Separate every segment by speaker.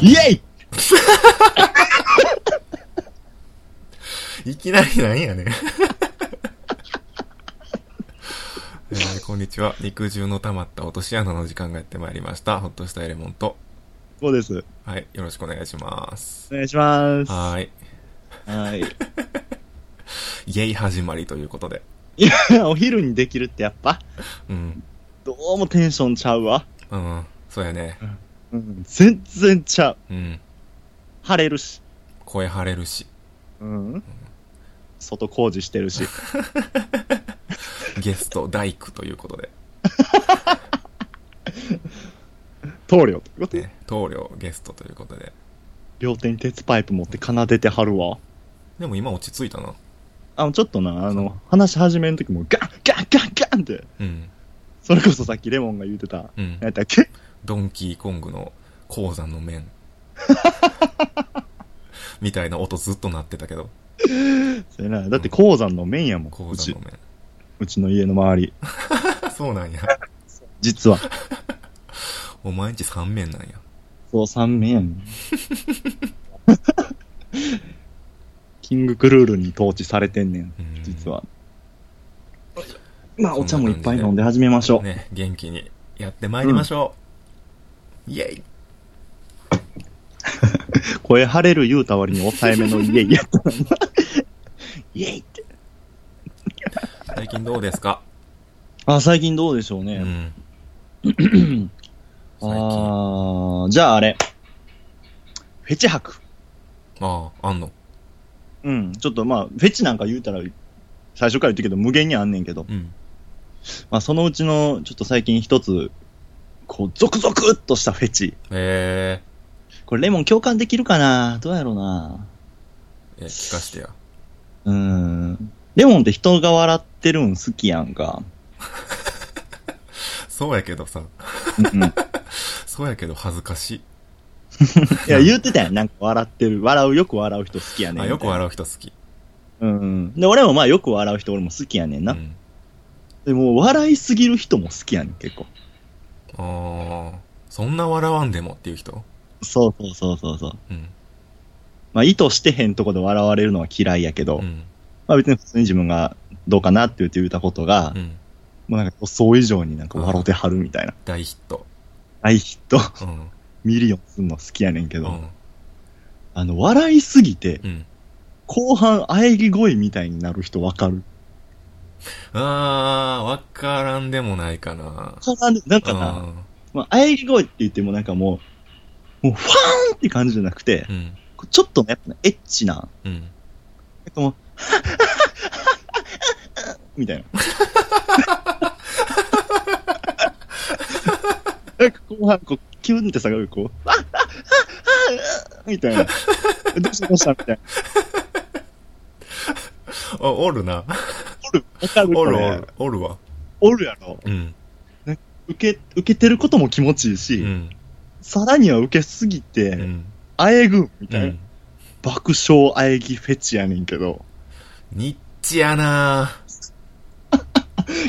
Speaker 1: イエイ
Speaker 2: いきなりなんやねん。 えーこんにちは。肉汁の溜まった落とし穴の時間がやってまいりました。ほっとしたエレモンと。
Speaker 1: こうです。
Speaker 2: はい。よろしくお願いします。
Speaker 1: お願いします。
Speaker 2: はーい。
Speaker 1: はい。
Speaker 2: イェイ始まりということで。
Speaker 1: いや、お昼にできるってやっぱ、
Speaker 2: うん。
Speaker 1: どうもテンションちゃうわ。
Speaker 2: うん。そうやね。
Speaker 1: うん、全然ちゃう。
Speaker 2: うん。
Speaker 1: 晴れるし。
Speaker 2: 声張れるし、
Speaker 1: うん。外工事してるし。
Speaker 2: ゲスト大工ということで。
Speaker 1: 棟梁ってこと
Speaker 2: ね。棟梁ゲストということで。
Speaker 1: 両手に鉄パイプ持って奏でてはるわ。
Speaker 2: でも今落ち着いたな。
Speaker 1: あの、ちょっとな、あの、話し始めの時もガンガンガンガンって。
Speaker 2: うん。
Speaker 1: それこそさっきレモンが言ってた。
Speaker 2: うん
Speaker 1: 何。やったっけ
Speaker 2: ドンキーコングの鉱山 の面。みたいな音ずっと鳴ってたけど。
Speaker 1: それな、だって鉱山の面やもん。
Speaker 2: 鉱
Speaker 1: うち
Speaker 2: 山の、面。
Speaker 1: うちの家の周り。
Speaker 2: あそうなんや。
Speaker 1: 実は。
Speaker 2: お前んち三面なんや。
Speaker 1: そう、三面やねんキングクルールに統治されてんねん、
Speaker 2: うん
Speaker 1: 実。は。まあ、
Speaker 2: そんな
Speaker 1: お茶もいっぱい飲んで始めましょう。
Speaker 2: ね、元気にやってまいりましょう。イェイ
Speaker 1: 声張れる言うた割に抑えめのイエイやったのにイエイって。
Speaker 2: 最近どうですか
Speaker 1: あ、最近どうでしょう
Speaker 2: う
Speaker 1: ね。
Speaker 2: ん。
Speaker 1: あ
Speaker 2: 最近。あ
Speaker 1: あーじゃああれ。フェチ博。
Speaker 2: あ、あんの。
Speaker 1: うん。ちょっとまあ、フェチなんか言うたら、最初から言ったけど、無限にあんねんけど。
Speaker 2: うん。
Speaker 1: まあ、そのうちの、ちょっと最近一つ、こう、ゾクゾクっとしたフェチ。
Speaker 2: え
Speaker 1: これレモン共感できるかなどうやろうな
Speaker 2: ー、え、聞かしてや。
Speaker 1: うーん。レモンって人が笑ってるん好きやんか。
Speaker 2: そうやけどさ、
Speaker 1: うん うんい
Speaker 2: そうやけど恥ずかし
Speaker 1: や、言ってたやん。なんか笑ってる。笑う、よく笑う人好きや
Speaker 2: い。
Speaker 1: ねん。
Speaker 2: あ、よく
Speaker 1: う。
Speaker 2: 笑う人好き。
Speaker 1: うんうん。で、俺もまあよく笑う人俺も好きやねん
Speaker 2: う
Speaker 1: な。
Speaker 2: ん。
Speaker 1: でも、笑いすぎる人も好きやねん、結構。
Speaker 2: ああ、そんな笑わんでもっていう人
Speaker 1: そうそうそうそうそう。
Speaker 2: うん。
Speaker 1: まあ、意図してへんとこで笑われるのは嫌いやけど、
Speaker 2: うん。
Speaker 1: まあ別に普通に自分がどうかなって言って言ったことが、
Speaker 2: うん。
Speaker 1: もうなんか予想以上になんか笑うてはるみたいな。
Speaker 2: 大ヒット。
Speaker 1: 大ヒット、
Speaker 2: うん。
Speaker 1: ミリオンすんの好きやねんけ
Speaker 2: う
Speaker 1: ど、
Speaker 2: ん。
Speaker 1: あの、笑いすぎて、
Speaker 2: うん。
Speaker 1: 後半、喘ぎ声みたいになる人わかる。
Speaker 2: あー、わからんでもないかな。
Speaker 1: なんかな、まあ、喘ぎ声って言ってもなんかもう、もう、ファーンって感じじゃなくて
Speaker 2: う、ん。
Speaker 1: ちょっとね、やっぱね、エッチな、
Speaker 2: うん。うん。
Speaker 1: なんかもう、 み たいな。なんか後半、こう、キュンって下がる、こう、ああああみたいな。どうしたどうしたみたいな。
Speaker 2: あ、おるな。
Speaker 1: おる、わかる
Speaker 2: おる
Speaker 1: これ
Speaker 2: おる。おるわ。
Speaker 1: おるやろ。
Speaker 2: うん。
Speaker 1: 受け、受けてることも気持ちいいうし、
Speaker 2: ん。
Speaker 1: さらには受けすぎて、
Speaker 2: うん。
Speaker 1: あえぐんみ
Speaker 2: う
Speaker 1: たいな。
Speaker 2: ん。
Speaker 1: 爆笑あえぎフェチやねんけど。
Speaker 2: ニッチやな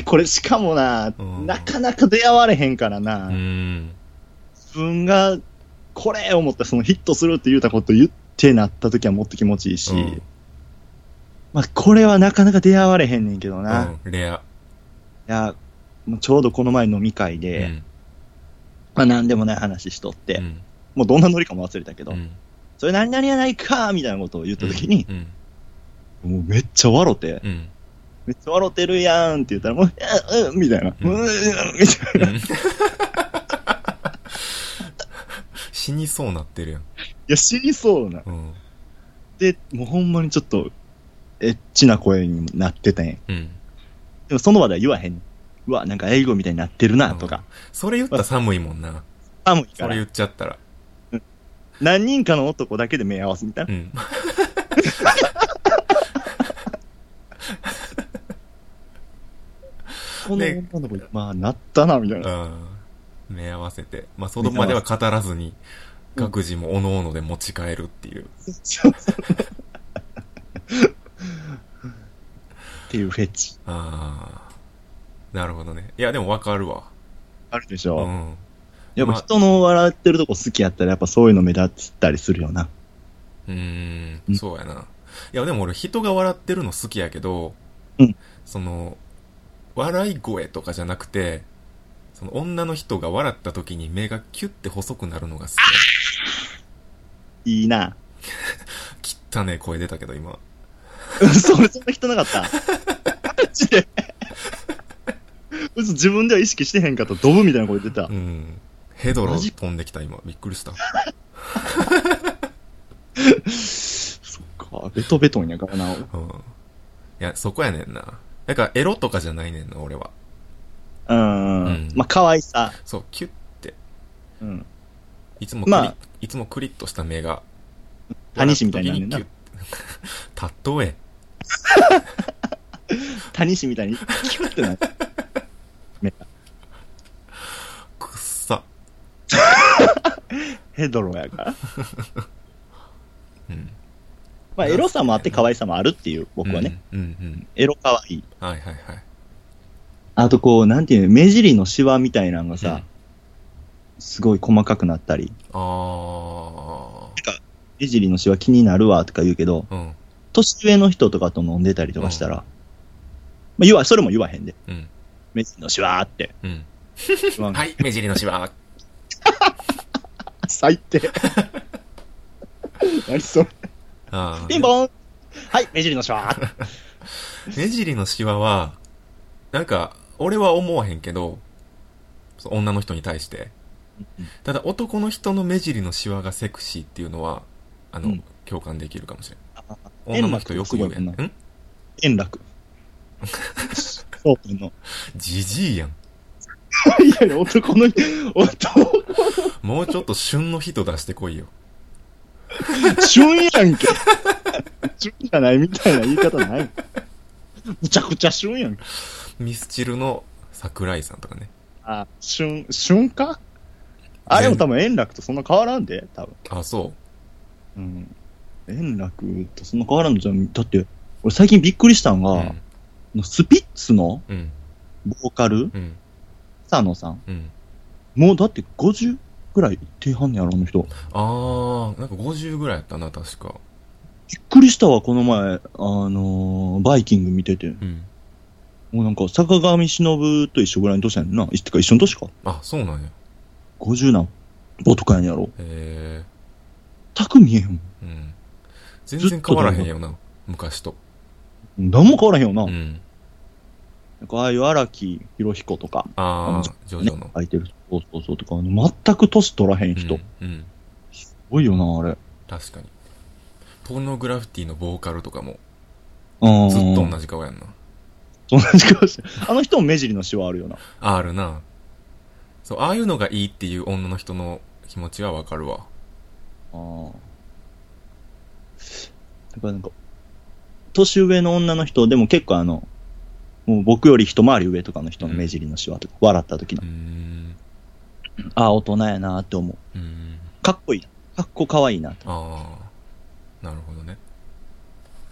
Speaker 1: これしかもな、
Speaker 2: うん
Speaker 1: なかなか出会われへんからな、
Speaker 2: うん。
Speaker 1: 自分がこれ思ってそのヒットするって言うたこと言ってなった時はもっと気持ちいいし、
Speaker 2: うん
Speaker 1: まあこれはなかなか出会われへんねんけど
Speaker 2: う
Speaker 1: な。い
Speaker 2: ん。レア。
Speaker 1: や、もうちょうどこの前飲み会
Speaker 2: う
Speaker 1: で、
Speaker 2: ん。
Speaker 1: まあなんでもない話しとって、
Speaker 2: うん。
Speaker 1: もうどんなノリかも忘れたけど、
Speaker 2: うん。
Speaker 1: それ何々やないかみたいなことを言った時に、
Speaker 2: うん。
Speaker 1: もうめっちゃ笑って、
Speaker 2: うん。
Speaker 1: めっちゃ笑ってるやんって言ったら、もう、うん、うん、みたいな。
Speaker 2: う
Speaker 1: うんん、うん、みたいな。い
Speaker 2: うん死にそうなってるやん。
Speaker 1: や、死にそうな。
Speaker 2: うん。
Speaker 1: で、もうほんまにちょっと、エッチな声になってたんや。
Speaker 2: うん。
Speaker 1: でもその場では言わへん。うわ、なんか英語みたいになってるな、とか。
Speaker 2: それ言ったら寒いもんな。
Speaker 1: あ、もういい
Speaker 2: そ
Speaker 1: か
Speaker 2: れ
Speaker 1: ら
Speaker 2: 言。っちゃったら。
Speaker 1: 何人かの男だけで目合わすみたいな
Speaker 2: う。ん。
Speaker 1: この女の子、まあ、な ったな、みたいな。
Speaker 2: うん。目合わせて。まあ、そのまでは語らずに、
Speaker 1: うん
Speaker 2: 各自も各々で持ち帰るっていう。
Speaker 1: っていうフェチ。
Speaker 2: ああ。なるほどね。いや、でもわかるわ。
Speaker 1: あるでし
Speaker 2: う
Speaker 1: ょ。
Speaker 2: ん。
Speaker 1: やっぱ
Speaker 2: まあ
Speaker 1: 人の笑ってるとこ好きやったら、やっぱそういうの目立ったりするよな。
Speaker 2: うー
Speaker 1: うん
Speaker 2: ん、そうやな。いや、でも俺人が笑ってるの好きやけど、
Speaker 1: うん
Speaker 2: その、笑い声とかじゃなくて、その女の人が笑った時に目がキュッて細くなるのが好き。
Speaker 1: いいな。
Speaker 2: きったね声出たけど今。
Speaker 1: それ、そんな人なかった。マジで。嘘自分では意識してへんかった。ドブみたいな声出た
Speaker 2: う。ん。ヘドロ
Speaker 1: マジ
Speaker 2: 飛んできた今。びっくりした。
Speaker 1: そっか、ベトベトンやからな。
Speaker 2: うん。いや、そこやねんな。なんかエロとかじゃないねんな、俺は。
Speaker 1: うん。
Speaker 2: うん
Speaker 1: まあ、可愛さ。
Speaker 2: そう、キュッて。
Speaker 1: うん。
Speaker 2: いつもクリ、
Speaker 1: まあ
Speaker 2: いつもクリッとした目が。
Speaker 1: タニシみたいになんねんな
Speaker 2: 笑った時にキュッ。例え。
Speaker 1: 谷氏みたいに、キュってなる。
Speaker 2: くっさ。
Speaker 1: ヘドロやから。
Speaker 2: うん。
Speaker 1: まあ、エロさもあって可愛さもあるっていう、僕はね。
Speaker 2: うん。うんうん。
Speaker 1: エロ可愛い。
Speaker 2: はいはいはい。
Speaker 1: あとこう、なんていうの、目尻のシワみたいなのがさ、すごい細かくなったり、
Speaker 2: ああ
Speaker 1: 目尻のシワ気になるわとか言うけど、
Speaker 2: ー。うん。
Speaker 1: 年上の人とかと飲んでたりとかしたら、まあ、言わ、それも言わへんで。
Speaker 2: うん。
Speaker 1: 目尻のシワーって。
Speaker 2: うん。
Speaker 1: 言わん
Speaker 2: はい、目尻のシワ。
Speaker 1: 最低。 何それ。
Speaker 2: あー
Speaker 1: ピンポーンはい、目尻のシワー
Speaker 2: 目尻のシワは、なんか、俺は思わへんけど、そう女の人に対して。ただ男の人の目尻のシワがセクシーっていうのは、あの、
Speaker 1: うん
Speaker 2: 共感できるかもしれ
Speaker 1: あ
Speaker 2: ん。女の人よく言うやん。
Speaker 1: 円楽
Speaker 2: ん
Speaker 1: 円楽。そうの。
Speaker 2: じじいやん。
Speaker 1: いやいや、男の、男、
Speaker 2: もうちょっと旬の人出してこいよ。
Speaker 1: 旬やんけ。旬じゃないみたいな言い方ない。むちゃくちゃ旬やんけ。
Speaker 2: ミスチルの桜井さんとかね。
Speaker 1: あ、旬、旬かあ、でも多分円楽とそんな変わらんで、多分。
Speaker 2: あ、そ
Speaker 1: うん。円楽とそんな変わらんのじゃん。だって、俺最近びっくりしたん
Speaker 2: う。
Speaker 1: が、スピッツの
Speaker 2: うん。うん。
Speaker 1: ボーカル、
Speaker 2: うん。
Speaker 1: 佐野さん。
Speaker 2: うん。
Speaker 1: もうだって50ぐらいいってはんねやろ、あの人。
Speaker 2: あー、なんか50ぐらいやったな、確か。
Speaker 1: びっくりしたわ、この前、あのーバイキング見てて。
Speaker 2: うん。
Speaker 1: もうなんか、坂上忍と一緒ぐらいの年やねんな。いってか、一緒の年か。
Speaker 2: あ、そうなんや。
Speaker 1: 50なんぼとかやねんやろ。
Speaker 2: へ
Speaker 1: 全く見えへん。
Speaker 2: え。うん。全然変わらへんよな、昔と。
Speaker 1: なんも変わらへんよな。
Speaker 2: うん。
Speaker 1: なんか、ああいう荒木博彦とか、
Speaker 2: あ
Speaker 1: あ
Speaker 2: ー、ジョジ
Speaker 1: ね
Speaker 2: ョの、。
Speaker 1: 空いてる、そうそうそうとか、あの全く年取らへん人。
Speaker 2: うん。うん。
Speaker 1: 多いよな、あれ。
Speaker 2: 確かに。ポルノグラフィティのボーカルとかも、
Speaker 1: うん。
Speaker 2: ずっと同じ顔やんな。
Speaker 1: 同じ。顔して。あの人も目尻のシワあるよな。
Speaker 2: あるな。そう、ああいうのがいいっていう女の人の気持ちはわかるわ。
Speaker 1: ああ。だからなんか、年上の女の人でも結構あの、もう僕より一回り上とかの人の目尻のシワとか、笑った時の
Speaker 2: うー、ん。
Speaker 1: ああ、大人やなって思う。
Speaker 2: うーん。
Speaker 1: かっこいい。かっこかわいいなと。
Speaker 2: あー。なるほどね。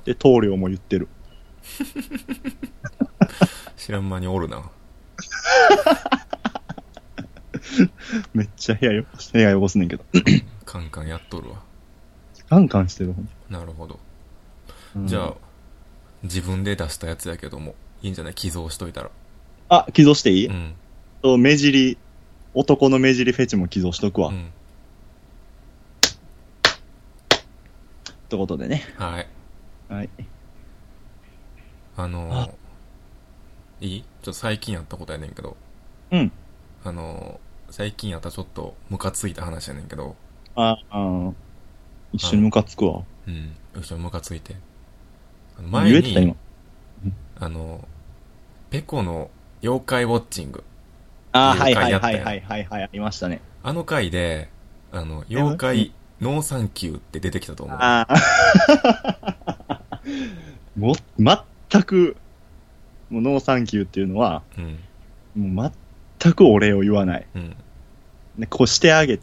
Speaker 1: で、棟梁も言ってる。
Speaker 2: 知らん間におるな。
Speaker 1: めっちゃ部屋汚す、部屋汚すねんけど。
Speaker 2: カンカンやっとるわ。
Speaker 1: カンカンしてる、ほん
Speaker 2: なるほど。
Speaker 1: と
Speaker 2: じゃあ、自分で出したやつやけども、いいんじゃない寄贈しといたら。
Speaker 1: あ。あ、寄贈していい、
Speaker 2: うん。
Speaker 1: と、目尻、男の目尻フェチも寄贈しとくわ。
Speaker 2: う
Speaker 1: っ
Speaker 2: ん。
Speaker 1: てことでね。
Speaker 2: はい。
Speaker 1: はい。
Speaker 2: あのー
Speaker 1: あ
Speaker 2: いいちょっと最近やったことやねんけど。
Speaker 1: うん。
Speaker 2: あのー最近やったちょっとムカついた話やねんけど。
Speaker 1: ああー、一緒にムカつくわ。
Speaker 2: うん。よいしょ、ムカついて。あの
Speaker 1: 言
Speaker 2: 前
Speaker 1: えてた
Speaker 2: に
Speaker 1: 今、。
Speaker 2: あのーペコの妖怪ウォッチング。
Speaker 1: ああ、
Speaker 2: っ
Speaker 1: は
Speaker 2: てい
Speaker 1: いうは
Speaker 2: 回
Speaker 1: い
Speaker 2: やった
Speaker 1: は
Speaker 2: や
Speaker 1: い
Speaker 2: ん
Speaker 1: はいはいはい、ありましたね。
Speaker 2: あの回で、あの、妖怪ノーサンキューって出てきたと思う。
Speaker 1: ああ。 も、全く、もうノーサンキューっていうのは、
Speaker 2: うん。
Speaker 1: もう全くお礼を言わない。
Speaker 2: うん。
Speaker 1: ね、こうしてあげ、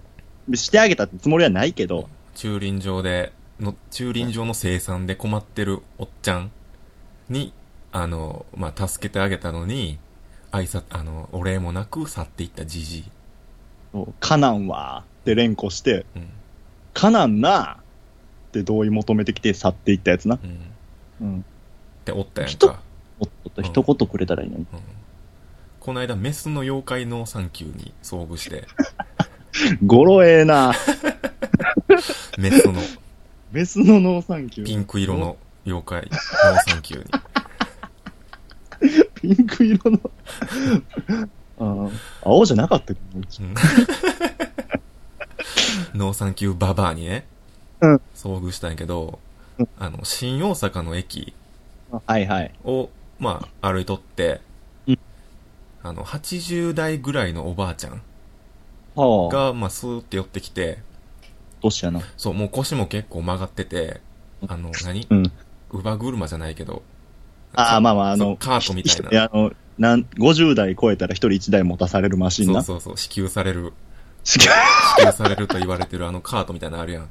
Speaker 1: してあげたつもりはないけど、
Speaker 2: 駐輪場で、の、駐輪場の生産で困ってるおっちゃんに、あの、まあ、助けてあげたのに、挨拶、あの、お礼もなく去っていったじじい。
Speaker 1: そうカナンはって連呼して、
Speaker 2: うん。
Speaker 1: カナンなって同意求めてきて去っていったやつな。
Speaker 2: うん。っ
Speaker 1: うん。
Speaker 2: ておったやん
Speaker 1: 人
Speaker 2: か。
Speaker 1: おっと、一言くれたらいいのに。
Speaker 2: うん。この間、メスの妖怪のサンキューに遭遇して、
Speaker 1: 語呂ええな。
Speaker 2: メス の
Speaker 1: メスのノーサンキュー。
Speaker 2: ピンク色の妖怪のサンキューに。
Speaker 1: ピンク色の あー。青じゃなかったっけど、うち
Speaker 2: うんノーサンキューババアにね、
Speaker 1: うん
Speaker 2: 遭遇したんやけど
Speaker 1: うん、
Speaker 2: あの、新大阪の駅
Speaker 1: はいはい。
Speaker 2: を、まあ、歩いとって
Speaker 1: うん、
Speaker 2: あの、80代ぐらいのおばあちゃん
Speaker 1: はあ、
Speaker 2: が、まあ、スーって寄ってきて、
Speaker 1: 年やな。
Speaker 2: そう、もう腰も結構曲がってて、あの、何
Speaker 1: うん。
Speaker 2: 乳母車じゃないけど。
Speaker 1: ああ、まあまあ、あ
Speaker 2: そ
Speaker 1: の
Speaker 2: う、カートみたい
Speaker 1: いや
Speaker 2: な。
Speaker 1: あの、なん、50代超えたら一人一台持たされるマシン
Speaker 2: そう
Speaker 1: な。
Speaker 2: そうそう、支給される、
Speaker 1: しか
Speaker 2: 支給されると言われてる あのカートみたいなのあるやん。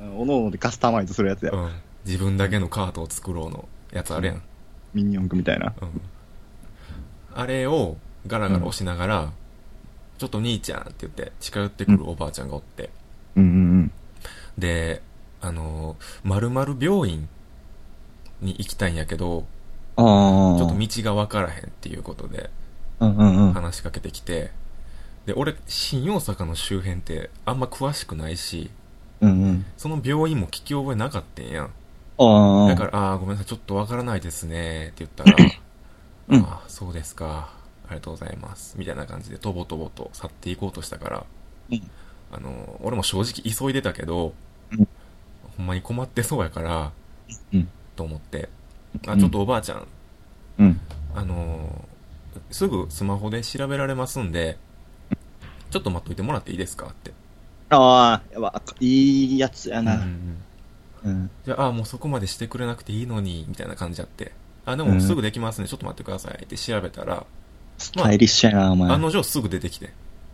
Speaker 1: も、 おのおのでカスタマイズするやつや
Speaker 2: う。ん。自分だけのカートを作ろうのやつあるやん。
Speaker 1: ミニ四駆みたいな。
Speaker 2: うん。あれをガラガラ押しながら、ちょっと兄ちゃんって言って近寄ってくるおばあちゃんがおって。
Speaker 1: うんうん
Speaker 2: で、あのー、まる病院に行きたいんやけど、
Speaker 1: うん。ああ。
Speaker 2: ちょっと道がわからへんっていうことで、
Speaker 1: うんうんうん。
Speaker 2: 話しかけてきて、で、俺、新大阪の周辺ってあんま詳しくないし、
Speaker 1: うんうん。
Speaker 2: その病院も聞き覚えなかったんやん。
Speaker 1: ああ。
Speaker 2: だから、ああー、ごめんなさい、ちょっとわからないですね、って言ったら、
Speaker 1: うん
Speaker 2: ああ、そうですか、ありがとうございます、みたいな感じで、とぼとぼと去っていこうとしたから、
Speaker 1: うん
Speaker 2: あの、俺も正直急いでたけど、
Speaker 1: うん
Speaker 2: ほんまに困ってそうやから、
Speaker 1: うん
Speaker 2: と思って、
Speaker 1: う
Speaker 2: あ、
Speaker 1: ん
Speaker 2: ちょっとおばあちゃん、
Speaker 1: うん。
Speaker 2: あのーすぐスマホで調べられますんで、ちょっと待っといてもらっていいですかって。
Speaker 1: ああ、やばいいやつや
Speaker 2: うんうん
Speaker 1: な。
Speaker 2: うん
Speaker 1: うん。
Speaker 2: じゃあ、あもうそこまでしてくれなくていいのに、みたいな感じやって。あ、でもすぐできますね、ちょっと待ってくださいって調べたら、
Speaker 1: スタイリッシュやな、お前。
Speaker 2: 案の定すぐ出てきて。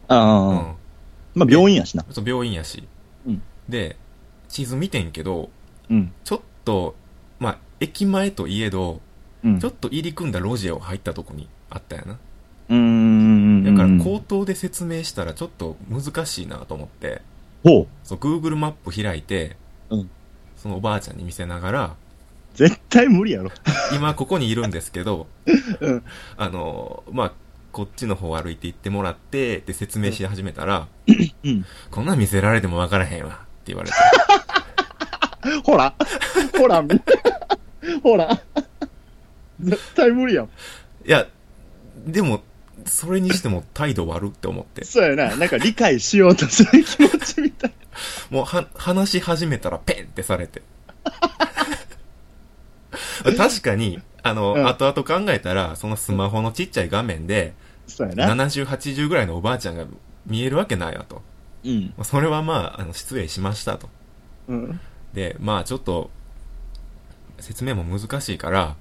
Speaker 1: あ
Speaker 2: う
Speaker 1: あ。
Speaker 2: ん。
Speaker 1: まあ、病院やしな。
Speaker 2: そう病院やし。
Speaker 1: うん
Speaker 2: で、地図見てんけど、
Speaker 1: うん。
Speaker 2: ちょっと、まあ、駅前といえど、
Speaker 1: うん。
Speaker 2: ちょっと入り組んだ路地を入ったとこにあったやな。
Speaker 1: うーん。
Speaker 2: だから口頭で説明したらちょっと難しいなと思って、
Speaker 1: う。ほう。
Speaker 2: そう、Google マップ開いて、
Speaker 1: うん
Speaker 2: そのおばあちゃんに見せながら、
Speaker 1: 絶対無理やろ。
Speaker 2: 今ここにいるんですけど、
Speaker 1: うん
Speaker 2: あの、まあ、こっちの方歩いて行ってもらって、って説明し始めたら、
Speaker 1: うん。
Speaker 2: こんなん見せられてもわからへんわ、って 言われて。
Speaker 1: ほら。ほら、みほら。絶対無理やん。
Speaker 2: いや、でも、それにしても態度悪って思って。
Speaker 1: そうやな。なんか理解しようとする気持ちみたい。
Speaker 2: もうは、話し始めたらペンってされ て。確かに、あの、
Speaker 1: うん
Speaker 2: 後々考えたら、そのスマホのちっちゃい画面で、
Speaker 1: そうやな。
Speaker 2: 70、80ぐらいのおばあちゃんが見えるわけないわと。
Speaker 1: うん。
Speaker 2: それはまあ、あの、失礼しましたと。
Speaker 1: うん。
Speaker 2: で、まあちょっと、説明も難しいから、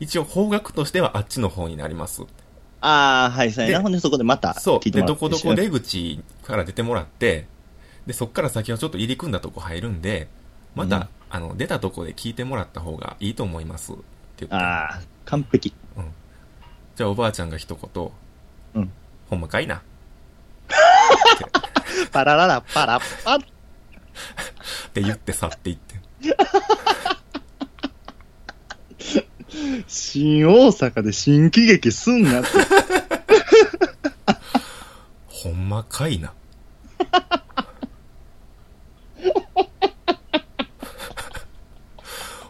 Speaker 2: 一応方角としてはあっちの方になります。
Speaker 1: ああ、はい、そうや
Speaker 2: で
Speaker 1: な。ほんでそこでまた聞
Speaker 2: そう。
Speaker 1: いても
Speaker 2: で、
Speaker 1: ら
Speaker 2: ど
Speaker 1: って
Speaker 2: こどこ出口から出てもらって、で、そっから先はちょっと入り組んだとこ入るんで、また、
Speaker 1: うん
Speaker 2: あの、出たとこで聞いてもらった方がいいと思います。って言って。
Speaker 1: ああ、完璧。
Speaker 2: じゃあおばあちゃんが一言、
Speaker 1: うん。
Speaker 2: ほんまかいな。
Speaker 1: パラララ、パラッパッ。
Speaker 2: って言って去っていって。
Speaker 1: 新大阪で新喜劇すんなって。
Speaker 2: ほんまかいな。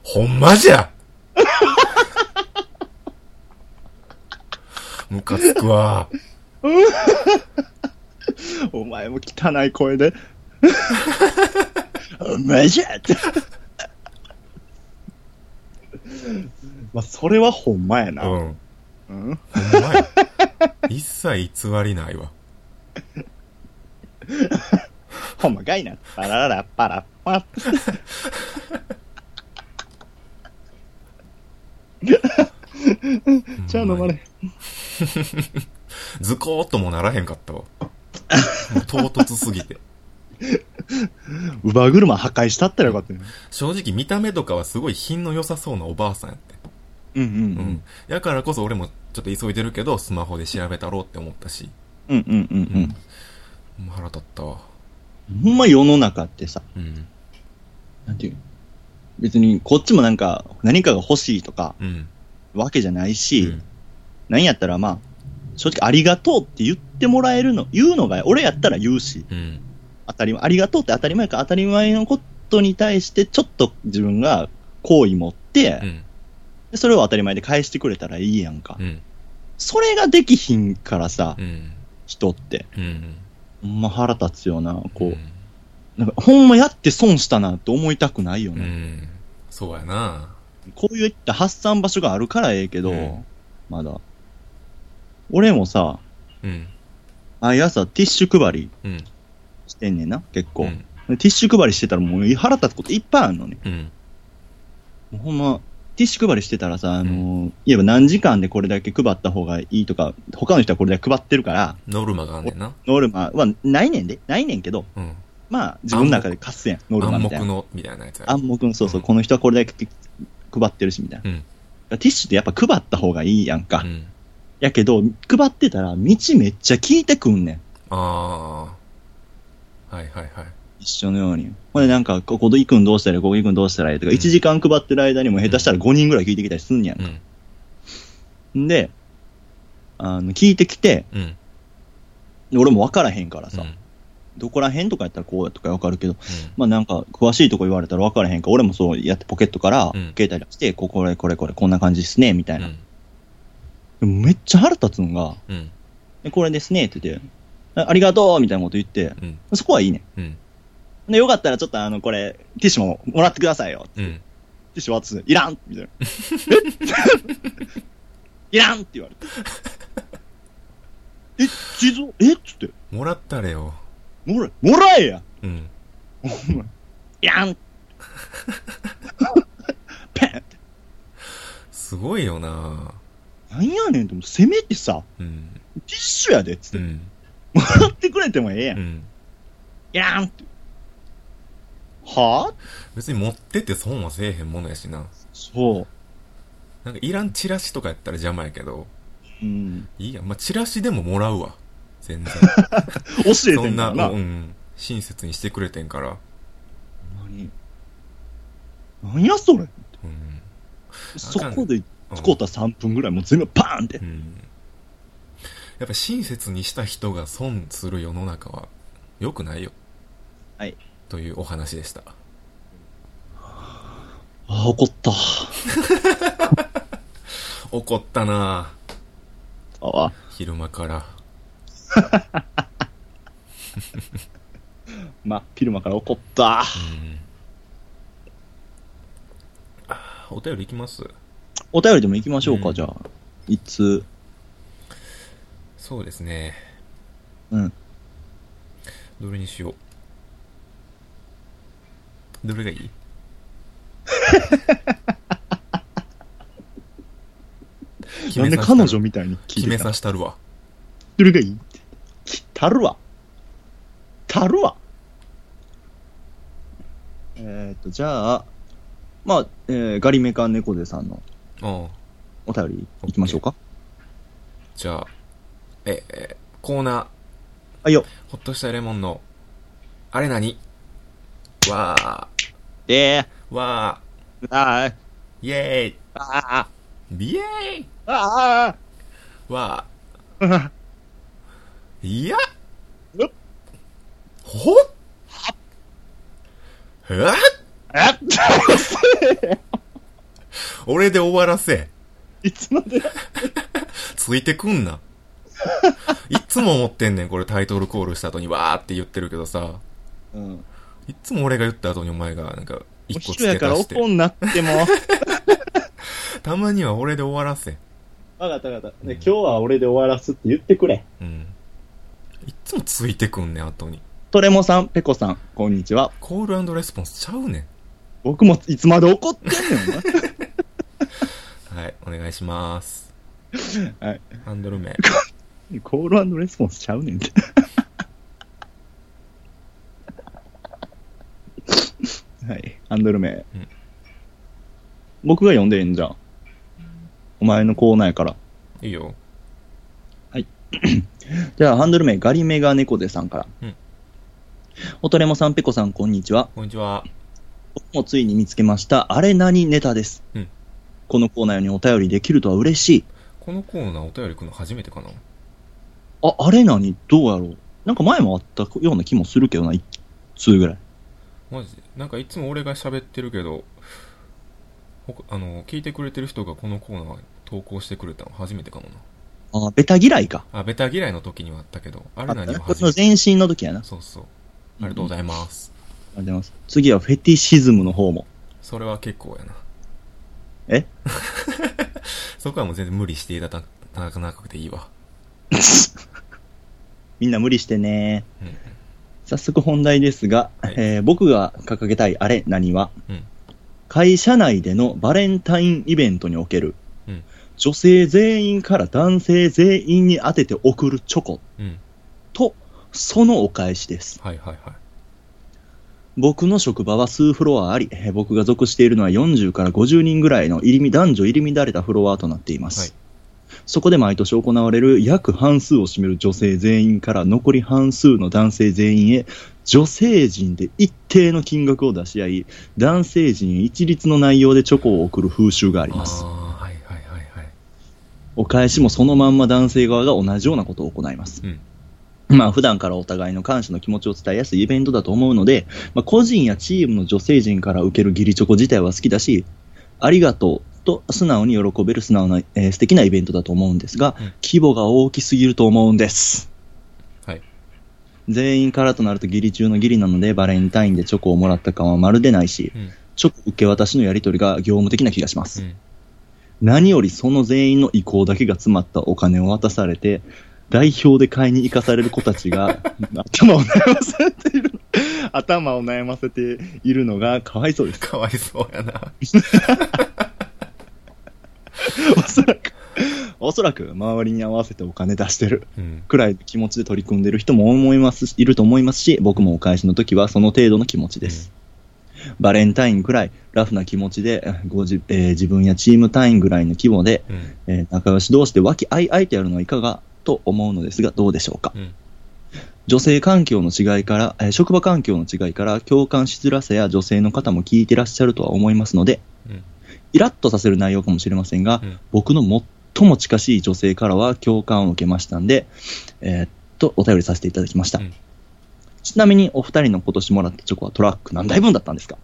Speaker 2: ほんまじゃムカつくわ。
Speaker 1: お前も汚い声で。お前じゃって。まあ、それはほんまや
Speaker 2: うん。
Speaker 1: な。
Speaker 2: ほん
Speaker 1: うん。
Speaker 2: まや。一切偽りないわ。
Speaker 1: ほんまかいな。パラララ、パラッパッ。じゃあ飲まれ。
Speaker 2: ズコーっともならへんかったわ。もう唐突すぎて。
Speaker 1: 乳母車破壊したったらよかったね。
Speaker 2: 正直見た目とかはすごい品の良さそうなおばあさんやって。
Speaker 1: うんう
Speaker 2: うんん。やからこそ俺もちょっと急いでるけど、スマホで調べたろうって思ったし。
Speaker 1: うん。うんうんうんうん。
Speaker 2: ほんま腹立ったわ。
Speaker 1: ほんま世の中ってさ、
Speaker 2: うん。
Speaker 1: なんていうの別にこっちもなんか何かが欲しいとか
Speaker 2: うん。
Speaker 1: わけじゃないうし、
Speaker 2: ん。
Speaker 1: なんやったらまあ、正直ありがとうって言ってもらえるの、言うのが俺やったら言うし、
Speaker 2: うん。
Speaker 1: 当たり前、ありがとうって当たり前か当たり前のことに対してちょっと自分が好意持って
Speaker 2: う、ん。
Speaker 1: でそれを当たり前で返してくれたらいいやんか。
Speaker 2: うん。
Speaker 1: それができひんからさ、
Speaker 2: うん。
Speaker 1: 人って。
Speaker 2: うん。
Speaker 1: ほんま腹立つよな、こ
Speaker 2: う。。
Speaker 1: うんなんかほんまやって損したなって思いたくないよ
Speaker 2: う
Speaker 1: ね。
Speaker 2: ん。そうやな。
Speaker 1: こういった発散場所があるからええけど、
Speaker 2: うん
Speaker 1: まだ。俺もさ、
Speaker 2: うん。
Speaker 1: 毎朝ティッシュ配り
Speaker 2: うん。
Speaker 1: してんねんな、結構。
Speaker 2: うん。
Speaker 1: でティッシュ配りしてたらもう腹立つこといっぱいあるのね。
Speaker 2: うん。
Speaker 1: もうほんま、ティッシュ配りしてたらさ、あのーいえば何時間でこれだけ配った方がいいとか、他の人はこれだけ配ってるから、
Speaker 2: ノルマがあんねんな。
Speaker 1: ノルマはないねんで、ないねんけど、
Speaker 2: うん。
Speaker 1: まあ自分の中で貸すやん、ノルマ
Speaker 2: 暗
Speaker 1: みたい
Speaker 2: 黙
Speaker 1: な。
Speaker 2: の、みたいなやつやろ
Speaker 1: 暗黙の、そうそう、この人はこれだけ配ってるし、みたいな。
Speaker 2: うん
Speaker 1: だからティッシュってやっぱ配った方がいいやんか。
Speaker 2: うん。
Speaker 1: やけど、配ってたら道めっちゃ聞いてくんねん。
Speaker 2: ああ。はいはいはい。
Speaker 1: 一緒のように。ほんでなんか、ここ行くんどうしたらいい、ここ行くんどうしたらいいとか、
Speaker 2: うん
Speaker 1: 1時間配ってる間にも下手したら5人ぐらい聞いてきたりすんやん
Speaker 2: うん。
Speaker 1: んで、あの、聞いてきて、
Speaker 2: うん。
Speaker 1: 俺も分からへんからさ、
Speaker 2: うん。
Speaker 1: どこら辺とかやったらこうやとか分かるけど、まあなんか、詳しいとこ言われたら分からへんから、俺もそうやってポケットから
Speaker 2: うん、
Speaker 1: 携帯出して、ここれこれこれ、こんな感じですね、みた
Speaker 2: う
Speaker 1: いな。
Speaker 2: ん。
Speaker 1: でもめっちゃ腹立つのが、
Speaker 2: うん。
Speaker 1: でこれですね、って言って、あありがとうみたいなこと言って、
Speaker 2: うん。
Speaker 1: そこはいいね
Speaker 2: うん。
Speaker 1: ん。で、よかったらちょっとあの、これ、ティッシュももらってくださいよ。
Speaker 2: うん。
Speaker 1: ティッシュ渡す。いらんみたいな。え いらんって言われて。え、地蔵えっつって。
Speaker 2: もらったれよ。
Speaker 1: もらえ、もらえや
Speaker 2: うん。
Speaker 1: いらんペンって。
Speaker 2: すごいよな。
Speaker 1: なんやねんって、もうせめてさ、
Speaker 2: うん。
Speaker 1: ティッシュやでっつっ
Speaker 2: う
Speaker 1: て。
Speaker 2: ん。
Speaker 1: もらってくれてもええや。
Speaker 2: うん
Speaker 1: い
Speaker 2: ん。
Speaker 1: らんって。はぁ
Speaker 2: 別に持ってて損はせえへんものやしな。
Speaker 1: そう。
Speaker 2: なんかいらんチラシとかやったら邪魔やけど。
Speaker 1: うん。
Speaker 2: いいやん。まあ、チラシでももらうわ。全然。
Speaker 1: 教えて
Speaker 2: そん
Speaker 1: ん
Speaker 2: な、
Speaker 1: だ
Speaker 2: う
Speaker 1: な。
Speaker 2: ん。親切にしてくれてんから。
Speaker 1: 何なんやそれ
Speaker 2: うん。
Speaker 1: そこで
Speaker 2: うん
Speaker 1: 使った3分ぐらいもう全部パーンって
Speaker 2: う。ん。やっぱ親切にした人が損する世の中は良くないよ。
Speaker 1: はい。
Speaker 2: というお話でした。
Speaker 1: ああ、怒った。
Speaker 2: 怒ったなぁ
Speaker 1: ああ、
Speaker 2: 昼間から。
Speaker 1: 真っ昼間から怒った。
Speaker 2: うん。あお便りいきます
Speaker 1: お便りでも行きましょうか、
Speaker 2: うん
Speaker 1: じゃあ。いつ、
Speaker 2: そうですね。
Speaker 1: うん。
Speaker 2: どれにしよう。どれがいい 決
Speaker 1: な
Speaker 2: め
Speaker 1: んで
Speaker 2: さしたる
Speaker 1: 彼女みたいに聞い
Speaker 2: 決
Speaker 1: て
Speaker 2: め
Speaker 1: た
Speaker 2: さしたるわ。
Speaker 1: どれがいいきたるわ。たるわ。えっ、ー、と、じゃあ、まあ、えー、ガリメカ猫背さんの
Speaker 2: うん。
Speaker 1: お便り行きましょうか。
Speaker 2: じゃあ、え、え、コーナー、
Speaker 1: あ、いいよ。
Speaker 2: ほっとしたレモンの、あれ何わ
Speaker 1: で
Speaker 2: ー、わ
Speaker 1: ー、あー、
Speaker 2: ー、イェーイ、
Speaker 1: あ
Speaker 2: ビエーイ、
Speaker 1: ー、あ
Speaker 2: わ
Speaker 1: ー、あ
Speaker 2: ー、いや
Speaker 1: うっ
Speaker 2: ほっえっ
Speaker 1: ー、
Speaker 2: 俺で終わらせ。
Speaker 1: いつまで
Speaker 2: ついてくんな。 いっつも思ってんねん、これタイトルコールした後にわーって言ってるけどさ。
Speaker 1: うん。
Speaker 2: いっつも俺が言った後にお前が、なんか、
Speaker 1: お
Speaker 2: 一個付
Speaker 1: 昼
Speaker 2: け
Speaker 1: やから
Speaker 2: 足して
Speaker 1: 怒。んなっても。わか
Speaker 2: たまには俺で終わらせ。
Speaker 1: ったわかった。ね今日は俺で終わらすって言ってくれ。
Speaker 2: うん。いっつもついてくんねん、後に。
Speaker 1: トレモさん、ペコさん、こんにちは。
Speaker 2: コールレスポンスちゃうね
Speaker 1: 僕もいつまで怒ってんねん
Speaker 2: ん。はい、お願いします。
Speaker 1: お 前。はい。
Speaker 2: ハンドル名。
Speaker 1: コールレスポンスちゃうねん って。はい。ハンドル名。
Speaker 2: うん
Speaker 1: 僕が読んでんじゃん。お前のコーナーやから。
Speaker 2: いいよ。
Speaker 1: じゃあ、ハンドル名、ガリメガ猫背さんから。
Speaker 2: うん
Speaker 1: おとれもさん、ペコさん、こんにちは。
Speaker 2: こんにちは。
Speaker 1: 僕もついに見つけました、あれ何ネタです。
Speaker 2: うん
Speaker 1: このコーナーにお便りできるとは嬉しい。
Speaker 2: このコーナーお便り来るの初めてかな
Speaker 1: あ、あれ何どうやろう。なんか前もあったような気もするけどな、一通ぐらい。
Speaker 2: マジでなんかいつも俺が喋ってるけど、ほかあの、聞いてくれてる人がこのコーナー投稿してくれたの初めてかもな。
Speaker 1: あ、ベタ嫌いか。
Speaker 2: あ、ベタ嫌いの時にはあったけど、あ
Speaker 1: あ
Speaker 2: れ
Speaker 1: った
Speaker 2: 何
Speaker 1: な
Speaker 2: も
Speaker 1: これ
Speaker 2: 初
Speaker 1: の
Speaker 2: めて。
Speaker 1: 前身の時やな。あ
Speaker 2: そうそう。ありがとうございます。
Speaker 1: りがとうございます。次はフェティシズムの方も。
Speaker 2: それは結構やな。
Speaker 1: え
Speaker 2: そこはもう全然無理していただかなくていいわ。
Speaker 1: みんな無理してね。
Speaker 2: うん。
Speaker 1: 早速本題ですが、
Speaker 2: はい
Speaker 1: えー僕が掲げたいあれ何は、
Speaker 2: うん
Speaker 1: 会社内でのバレンタインイベントにおける、
Speaker 2: うん
Speaker 1: 女性全員から男性全員に当てて贈るチョコ
Speaker 2: うん。
Speaker 1: と、そのお返しです。
Speaker 2: はいはいはい。
Speaker 1: 僕の職場は数フロアあり、えー僕が属しているのは40から50人ぐらいの入りみ男女入り乱れたフロアとなっています。
Speaker 2: はい
Speaker 1: そこで毎年行われる約半数を占める女性全員から残り半数の男性全員へ女性陣で一定の金額を出し合い男性陣一律の内容でチョコを送る風習があり
Speaker 2: あ
Speaker 1: ます
Speaker 2: あ、はいはいはいはい。
Speaker 1: お返しもそのまんま男性側が同じようなことを行います
Speaker 2: うん。
Speaker 1: まあ普段からお互いの感謝の気持ちを伝えやすいイベントだと思うので、まあ、個人やチームの女性陣から受ける義理チョコ自体は好きだし、ありがとうと素直に喜べる素直な、えー素敵なイベントだと思うんですが、
Speaker 2: うん
Speaker 1: 規模が大きすぎると思うんです。
Speaker 2: はい。
Speaker 1: 全員からとなると義理中の義理なので、バレンタインでチョコをもらった感はまるでないし、
Speaker 2: うん。
Speaker 1: チョコ受け渡しのやり取りが業務的な気がします
Speaker 2: う。ん。
Speaker 1: 何よりその全員の意向だけが詰まったお金を渡されて、代表で買いに行かされる子たちが頭を悩ませている、頭を悩ませているのがかわいそうです。
Speaker 2: かわいそうやな。
Speaker 1: おそらく、おそらく周りに合わせてお金出してる
Speaker 2: うん。
Speaker 1: くらいの気持ちで取り組んでる人も思いますし、いると思いますし、僕もお返しの時はその程度の気持ちです。バレンタインくらいラフな気持ちで、ごじえー自分やチーム単位ぐらいの規模で、
Speaker 2: うん。
Speaker 1: えー仲良し同士で和気あいあいとやるのはいかがと思うのですが、どうでしょうか。
Speaker 2: うん
Speaker 1: 女性環境の違いから、えー職場環境の違いから、共感しづらさや女性の方も聞いてらっしゃるとは思いますので、
Speaker 2: うん。
Speaker 1: イラッとさせる内容かもしれませんが、
Speaker 2: うん
Speaker 1: 僕の最も近しい女性からは共感を受けましたんで、えーっと、お便りさせていただきました。
Speaker 2: うん
Speaker 1: ちなみに、お二人の今年もらったチョコはトラック何台分だったんですか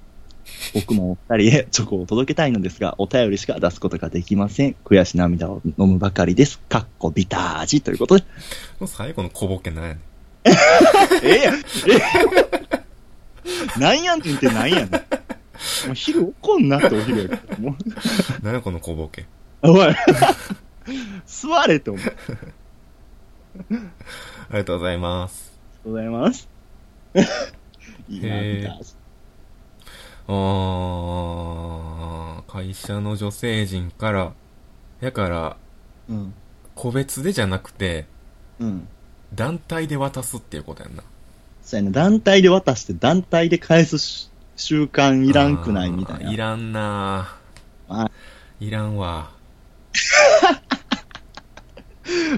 Speaker 1: 僕もお二人へチョコを届けたいのですが、お便りしか出すことができません。悔し涙を飲むばかりです。かっこビター味ということで。
Speaker 2: もう最後の小ボケなんやねん。
Speaker 1: ええやんえ えやんなんやねんってなんやねん。もう昼怒んなってお昼やけど。もう
Speaker 2: 何やこの小ボケ。
Speaker 1: おい。座れって思う。あり
Speaker 2: ありがとうございます。
Speaker 1: がとうございます。いいな、
Speaker 2: へー
Speaker 1: 見た
Speaker 2: あー、会社の女性陣から、やから、
Speaker 1: うん。
Speaker 2: 個別でじゃなくて、
Speaker 1: うん。
Speaker 2: 団体で渡すっていうことやんな。
Speaker 1: そうやな、団体で渡して団体で返すし習慣いらんくないみたい
Speaker 2: あ
Speaker 1: な。
Speaker 2: ーいらんな
Speaker 1: あ
Speaker 2: いらんわ。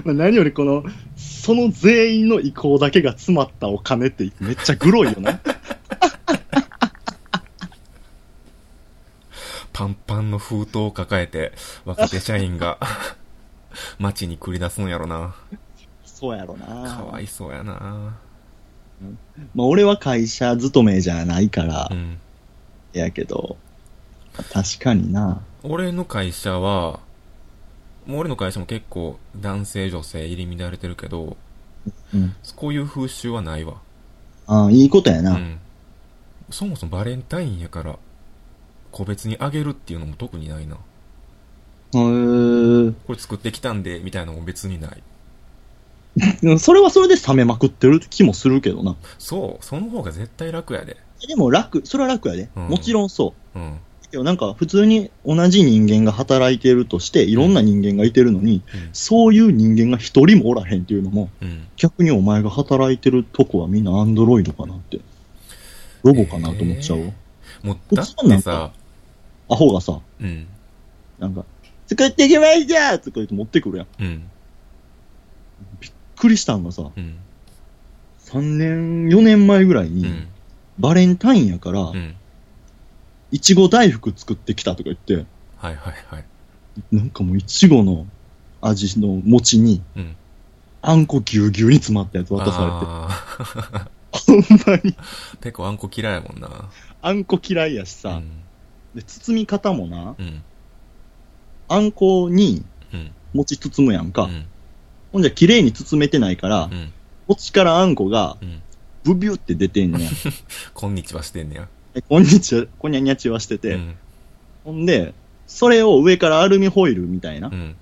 Speaker 1: まあ、何よりこの、その全員の意向だけが詰まったお金ってめっちゃグロいよ な。
Speaker 2: パンパンの封筒を抱えて、若手社 員が、街に繰り出すんやろな。
Speaker 1: そうやろな。
Speaker 2: かわいそうやな
Speaker 1: まあ俺は会社勤めじゃないから
Speaker 2: う、ん。
Speaker 1: やけど、確かにな。
Speaker 2: 俺の会社は、もう俺の会社も結構男性女性入り乱れてるけど、
Speaker 1: うん。
Speaker 2: こういう風習はないわ。
Speaker 1: ああ、いいことや
Speaker 2: う
Speaker 1: な。
Speaker 2: ん。そもそもバレンタインやから、個別にあげるっていうのも特にないな。
Speaker 1: へえ。
Speaker 2: これ作ってきたんで、みたいなのも別にない。
Speaker 1: でもそれはそれで冷めまくってる気もするけどな。
Speaker 2: そう、その方が絶対楽やで。
Speaker 1: でも楽、それは楽やで。
Speaker 2: うん
Speaker 1: もちろんそう。
Speaker 2: うん。
Speaker 1: でもなんか普通に同じ人間が働いてるとして、いろんな人間がいてるのに、そういう人間が一人もおらへんっていうのも、
Speaker 2: うん。うん。
Speaker 1: 逆にお前が働いてるとこはみんなアンドロイドかなって、ロボかなと思っちゃうわ。
Speaker 2: もう、
Speaker 1: う
Speaker 2: だっ
Speaker 1: ちはな
Speaker 2: て
Speaker 1: ん
Speaker 2: さ
Speaker 1: か、アホがさ、
Speaker 2: うん。
Speaker 1: なんか、作ってきましたとか言って持ってくるやん。
Speaker 2: うん。
Speaker 1: くりしたんがさ、
Speaker 2: うん。
Speaker 1: 3年、4年前ぐらいうに、
Speaker 2: ん。
Speaker 1: バレンタインやから
Speaker 2: う、ん。
Speaker 1: いちご大福作ってきたとか言って、
Speaker 2: はいはいはい。
Speaker 1: なんかもういちごの味の餅に、
Speaker 2: うん。
Speaker 1: あんこぎゅうぎゅうに詰まったやつ渡さ
Speaker 2: あ
Speaker 1: れて、ほんまに、
Speaker 2: ーペコあんこ嫌いやもんな。
Speaker 1: あんこ嫌いやし
Speaker 2: う
Speaker 1: さ、
Speaker 2: ん。
Speaker 1: で包み方もな、
Speaker 2: うん。
Speaker 1: あんこに
Speaker 2: うん。
Speaker 1: 餅包むやんか。
Speaker 2: うん。
Speaker 1: ほんじゃ綺麗に包めてないから
Speaker 2: う、ん。
Speaker 1: 餅からあんこが
Speaker 2: うん。
Speaker 1: ブビュって出てん ねん。
Speaker 2: こんにちはしてんねや。
Speaker 1: でこんにちは、こにゃにゃちはしてて、
Speaker 2: うん。
Speaker 1: ほんで、それを上からアルミホイルみたいな
Speaker 2: う、ん。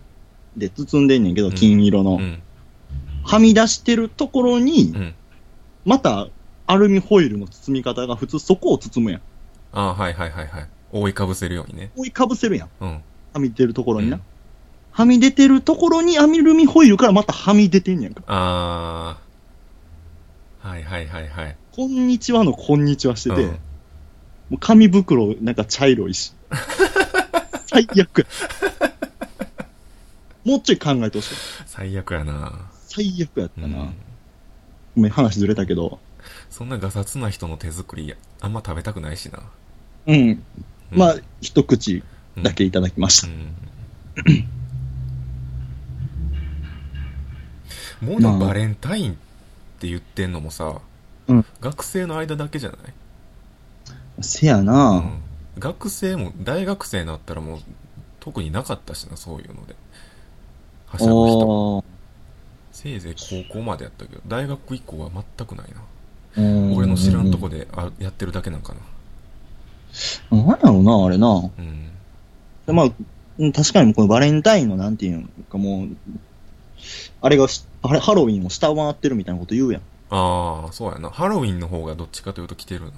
Speaker 1: で包んでんねんけど、
Speaker 2: うん
Speaker 1: 金色の、
Speaker 2: うん。
Speaker 1: はみ出してるところに、
Speaker 2: うん。
Speaker 1: またアルミホイルの包み方が普通そこを包むやん。
Speaker 2: ああ、はいはいはいはい。覆いかぶせるようにね。
Speaker 1: 覆いかぶせるやん。
Speaker 2: うん。
Speaker 1: はみ出るところにな。
Speaker 2: うん
Speaker 1: はみ出てるところにアルミホイルからまたはみ出てんねんか。
Speaker 2: ああ。はいはいはいはい。
Speaker 1: こんにちはのこんにちはしてて、
Speaker 2: うん
Speaker 1: もう紙袋なんか茶色いし。 最悪や。もうちょい考えてほしい。
Speaker 2: 最悪やな。
Speaker 1: 最悪やっ
Speaker 2: う
Speaker 1: たな。
Speaker 2: ん。
Speaker 1: ごめん、話ずれたけど。
Speaker 2: そんなガサツな人の手作り、あんま食べたくないしな。
Speaker 1: うん。
Speaker 2: うん
Speaker 1: まあ、一口だけいただきまし
Speaker 2: う
Speaker 1: た。
Speaker 2: んもうでもバレンタインって言ってんのもさ、
Speaker 1: うん
Speaker 2: 学生の間だけじゃない、
Speaker 1: せや
Speaker 2: う
Speaker 1: な、
Speaker 2: ん学生も、大学生になったらもう特になかったしな、そういうので。はしゃぐ人。
Speaker 1: お
Speaker 2: せいぜい高校までやったけど、大学以降は全くないな。
Speaker 1: ー
Speaker 2: 俺の知らんとこであやってるだけなんかな。
Speaker 1: なんやろうな、あれな。
Speaker 2: うん。
Speaker 1: でまあ、うん確かにこのバレンタインのなんていうのかもう、あれがし、あれ、ハロウィンを下回ってるみたいなこと言うやん。
Speaker 2: ああ、そうやな。ハロウィンの方がどっちかというと来てるな。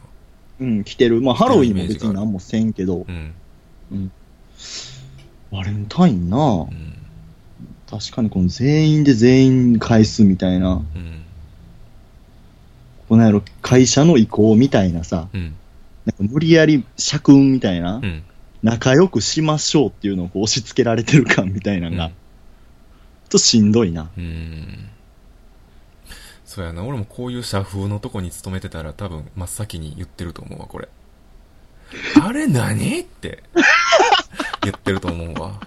Speaker 1: うん、来てる。まあ、ハロウィンも別に何もせんけど
Speaker 2: う、ん。
Speaker 1: バレンタインな
Speaker 2: う、ん。
Speaker 1: 確かにこの全員で全員返すみたいな、
Speaker 2: うん。
Speaker 1: このやろ、会社の意向みたいなさ、
Speaker 2: うん。
Speaker 1: なんか無理やり社訓みたいな
Speaker 2: う、ん。
Speaker 1: 仲良くしましょうっていうのをこう押し付けられてる感みたいなのが、
Speaker 2: うん
Speaker 1: ちょっとしんどいな。
Speaker 2: うーんそうやな、俺もこういう社風のとこに勤めてたら多分真っ先に言ってると思うわ、こ れ。あれ何って言ってると思うわ。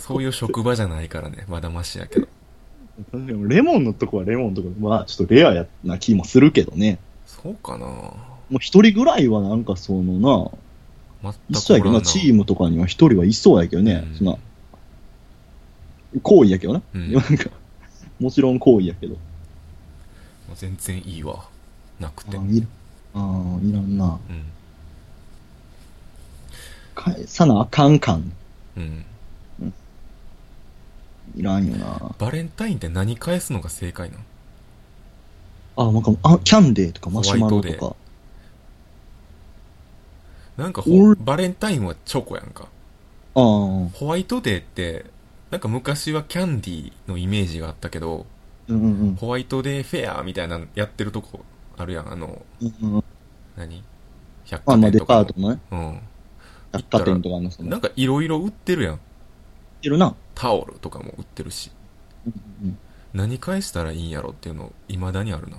Speaker 2: そういう職場じゃないからね、まだマシやけど。
Speaker 1: 確かにレモンのとこはレモンのとこで、まあちょっとレアやな気もするけどね。
Speaker 2: そうかな
Speaker 1: もう一人ぐらいはなんかそのな、
Speaker 2: 全
Speaker 1: 一
Speaker 2: く
Speaker 1: 緒やけど
Speaker 2: おら
Speaker 1: な、
Speaker 2: ん
Speaker 1: チームとかには一人はいそうやけどね、
Speaker 2: うん
Speaker 1: そんな、行為やけどな。
Speaker 2: う ん
Speaker 1: なんか、もちろん行為やけど。
Speaker 2: もう全然いいわ。なく
Speaker 1: あ
Speaker 2: て。う
Speaker 1: ー
Speaker 2: ん。
Speaker 1: いらあーいらんな。返さなあかんかん。
Speaker 2: うん。
Speaker 1: いらんよな。
Speaker 2: バレンタインって何返すのが正解なの
Speaker 1: あ、なんか、あ、キャンデーとかマシュマロと
Speaker 2: ホワ
Speaker 1: か。
Speaker 2: なんかほ
Speaker 1: 俺
Speaker 2: バレンタインはチョコやんか。
Speaker 1: ああ、
Speaker 2: ホワイトデーって、なんか昔はキャンディーのイメージがあったけど、
Speaker 1: うんうんうん
Speaker 2: ホワイトデーフェアみたいなのやってるとこあるやん、あの、
Speaker 1: うんうん。
Speaker 2: 何百
Speaker 1: あ、
Speaker 2: 貨
Speaker 1: まあ
Speaker 2: 店
Speaker 1: デ
Speaker 2: とか
Speaker 1: パ
Speaker 2: の。
Speaker 1: ートのね、
Speaker 2: うん。
Speaker 1: 百貨店とかのその、
Speaker 2: な
Speaker 1: 売っ
Speaker 2: んかいろいろ売ってるやん。
Speaker 1: てるな。
Speaker 2: タオルとかも売ってるし。
Speaker 1: うんうん
Speaker 2: 何返したらいいんやろっていうの、未だにあるな。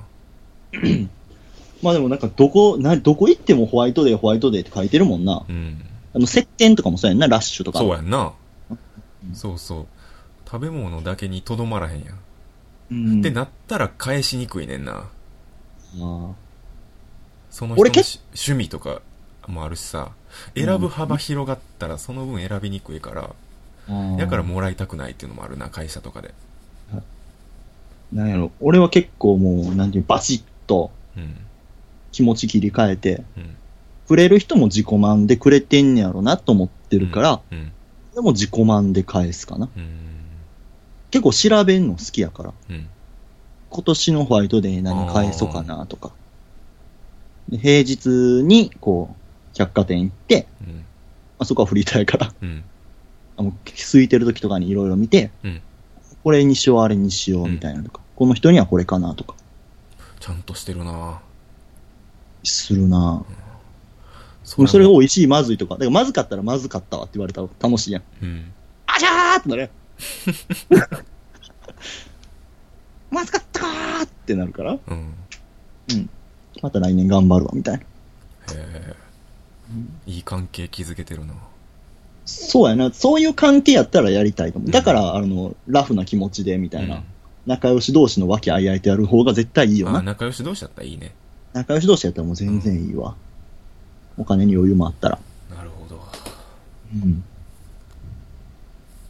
Speaker 1: まあでもなんかどこ、な、どこ行ってもホワイトデー、ホワイトデーって書いてるもんな。
Speaker 2: うん。
Speaker 1: あの、石鹸とかもそうやんな、ラッシュとか。
Speaker 2: そうやんな
Speaker 1: う。ん
Speaker 2: そうそう。食べ物だけにとどまらへんやん。
Speaker 1: うん。
Speaker 2: で、なったら返しにくいねんな。
Speaker 1: あー
Speaker 2: その人
Speaker 1: 俺
Speaker 2: の
Speaker 1: けっ
Speaker 2: し趣味とかもあるしさ、選ぶ幅広がったらその分選びにくいから、
Speaker 1: あー
Speaker 2: だからもらいたくないっていうのもあるな、会社とかで。
Speaker 1: なんやろ、俺は結構もう、なんていう、バシッと
Speaker 2: うん。
Speaker 1: 気持ち切り替えて、
Speaker 2: うん。
Speaker 1: くれる人も自己満でくれてんねやろなと思ってるから、
Speaker 2: うん。
Speaker 1: でも自己満で返すかな。
Speaker 2: うん。
Speaker 1: 結構調べんの好きやから、
Speaker 2: うん。
Speaker 1: 今年のホワイトデー何返そうかなとか。で平日に、こう、百貨店行って、
Speaker 2: うん。
Speaker 1: あそこはフリーターやから、
Speaker 2: うん。
Speaker 1: あの、空いてる時とかにいろいろ見て、
Speaker 2: うん
Speaker 1: これにしよう、あれにしよう、みたいなとか、この人にはこれかなとか、
Speaker 2: ちゃんとしてるな
Speaker 1: するな
Speaker 2: そ
Speaker 1: そそれ
Speaker 2: を
Speaker 1: が美味しい、まずいとか。だからまずかったらまずかったわって言われたら楽しいやん。
Speaker 2: うん。
Speaker 1: あしゃーってなるやん。まずってなるから、
Speaker 2: うん。へ
Speaker 1: また来年頑張るわ、みたいな。
Speaker 2: え。いい関係築けてるな。
Speaker 1: そうやな、そういう関係やったらやりたいと思う。だから、あの、ラフな気持ちで、みたいな。
Speaker 2: うん
Speaker 1: 仲良し同士の和気あいあいとやる方が絶対いいよ
Speaker 2: あ、
Speaker 1: な。
Speaker 2: 仲良し同士だったらいいね。
Speaker 1: 仲良し同士やったらもう全然いいわ。お金に余裕もあったら。
Speaker 2: なるほど。
Speaker 1: うん。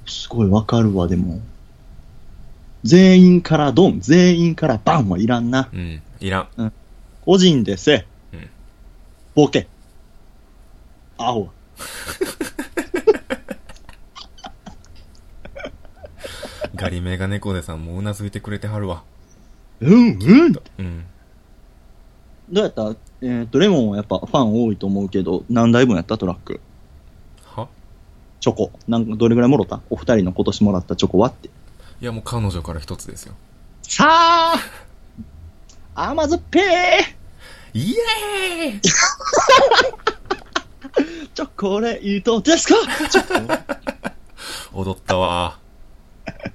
Speaker 1: すごいわかるわ、でも。全員からドン、全員からバンはいらんな。
Speaker 2: うん。いらん。
Speaker 1: 個人でせ、
Speaker 2: うん
Speaker 1: ボケ。青。
Speaker 2: ガリメガネコデさんもうなずいてくれてはるわ。
Speaker 1: うん、うん。ど
Speaker 2: うん。
Speaker 1: うやったえーっと、レモンはやっぱファン多いと思うけど、何台分やったトラック。
Speaker 2: は
Speaker 1: チョコ。なんかどれぐらいもろたお二人の今年もらったチョコはって。
Speaker 2: いや、もう彼女から一つですよ。
Speaker 1: さあ甘酸っぱい
Speaker 2: イエーイ
Speaker 1: チョコレートですかチョ コ
Speaker 2: 踊ったわ。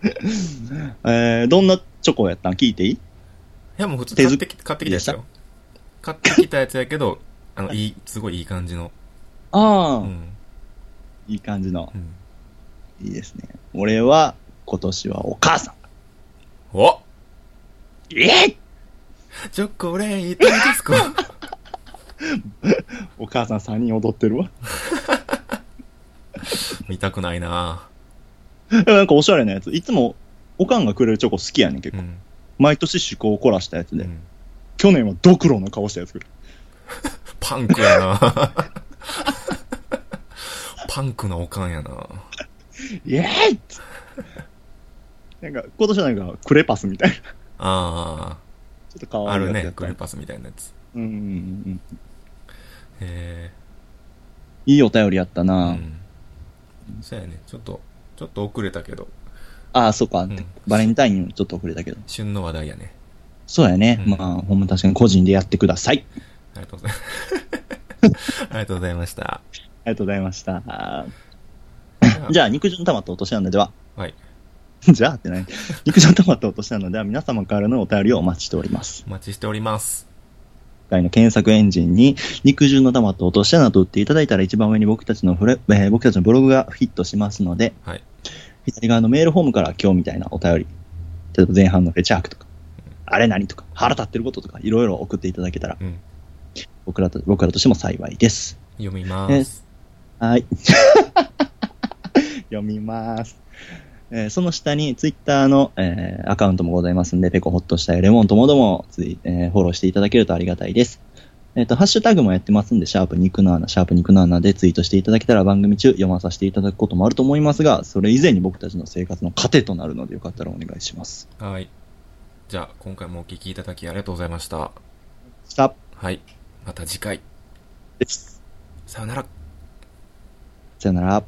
Speaker 1: えー、どんなチョコやったん聞いていい
Speaker 2: いや、もう普通
Speaker 1: 手
Speaker 2: 買っ
Speaker 1: 作
Speaker 2: てき、買ってきたやつよ。買ってきたやつやけど、 あの、いい、すごいいい感じの。
Speaker 1: あ
Speaker 2: う
Speaker 1: あ、
Speaker 2: ん。
Speaker 1: いい感じの
Speaker 2: う。ん。
Speaker 1: いいですね。俺は、今年はお母さん。
Speaker 2: お
Speaker 1: ええ
Speaker 2: チョコレートですか
Speaker 1: お母さん3人踊ってるわ。
Speaker 2: 見たくないな
Speaker 1: なんかおしゃれなやつ。いつも、おかんがくれるチョコ好きやねんけ
Speaker 2: う
Speaker 1: ど、
Speaker 2: ん。
Speaker 1: 毎年趣向を凝らしたやつ
Speaker 2: う
Speaker 1: で、
Speaker 2: ん。
Speaker 1: 去年はドクロの顔したやつくる。
Speaker 2: パンクやな パンクなおかんやな
Speaker 1: イエーイっつって なんか、今年はなんか、クレパスみたいな。ちょ
Speaker 2: あ
Speaker 1: っと可愛
Speaker 2: あ、
Speaker 1: い
Speaker 2: ある
Speaker 1: やつや
Speaker 2: ね
Speaker 1: っ。た
Speaker 2: クレパスみたいなやつ。
Speaker 1: うんうんうん。
Speaker 2: へ
Speaker 1: いいお便りやった
Speaker 2: え。う
Speaker 1: な、
Speaker 2: ん。そうやね。ちょっと、ちょっと遅れたけど、
Speaker 1: ああ、そうか、
Speaker 2: ん
Speaker 1: バレンタインちょっと遅れたけど。
Speaker 2: 旬の話題やね。
Speaker 1: そうやね。
Speaker 2: うん
Speaker 1: まあ、ほんま確かに個人でやってください。
Speaker 2: ありがとうござい ます。ありがとうございました。
Speaker 1: ありがとうございました。
Speaker 2: じ
Speaker 1: じ
Speaker 2: ゃ
Speaker 1: ゃあ、肉汁の玉と落とし穴では、
Speaker 2: あ、はい。
Speaker 1: じゃあってない。肉汁の玉と落とし穴では、皆様からのお便りをお待ちしております。
Speaker 2: お待ちしております。
Speaker 1: 今回の検索エンジンに、肉汁の玉と落とし穴と打っていただいたら、一番上に僕たちのフレ、えー僕たちのブログがヒットしますので、
Speaker 2: はい。
Speaker 1: 左側のメールフォームから今日みたいなお便り、例えば前半のフェチャークとか、あれ何とか、腹立ってることとか、いろいろ送っていただけたら、
Speaker 2: うん。
Speaker 1: 僕らと、僕らとしても幸いです。
Speaker 2: 読みます。
Speaker 1: はい。 読みます。えーその下にツイッターの、えーアカウントもございますんで、ペコホッとしたいレモンともどもつい、えーフォローしていただけるとありがたいです。えっ、と、ハッシュタグもやってますんで、シャープ肉の穴、シャープ肉の穴でツイートしていただけたら番組中読まさせていただくこともあると思いますが、それ以前に僕たちの生活の糧となるのでよかったらお願いします。
Speaker 2: はい。じゃあ、今回もお聞きいただきありがとうございました。
Speaker 1: した
Speaker 2: はい。また次回。
Speaker 1: です。
Speaker 2: さよなら。
Speaker 1: さよなら。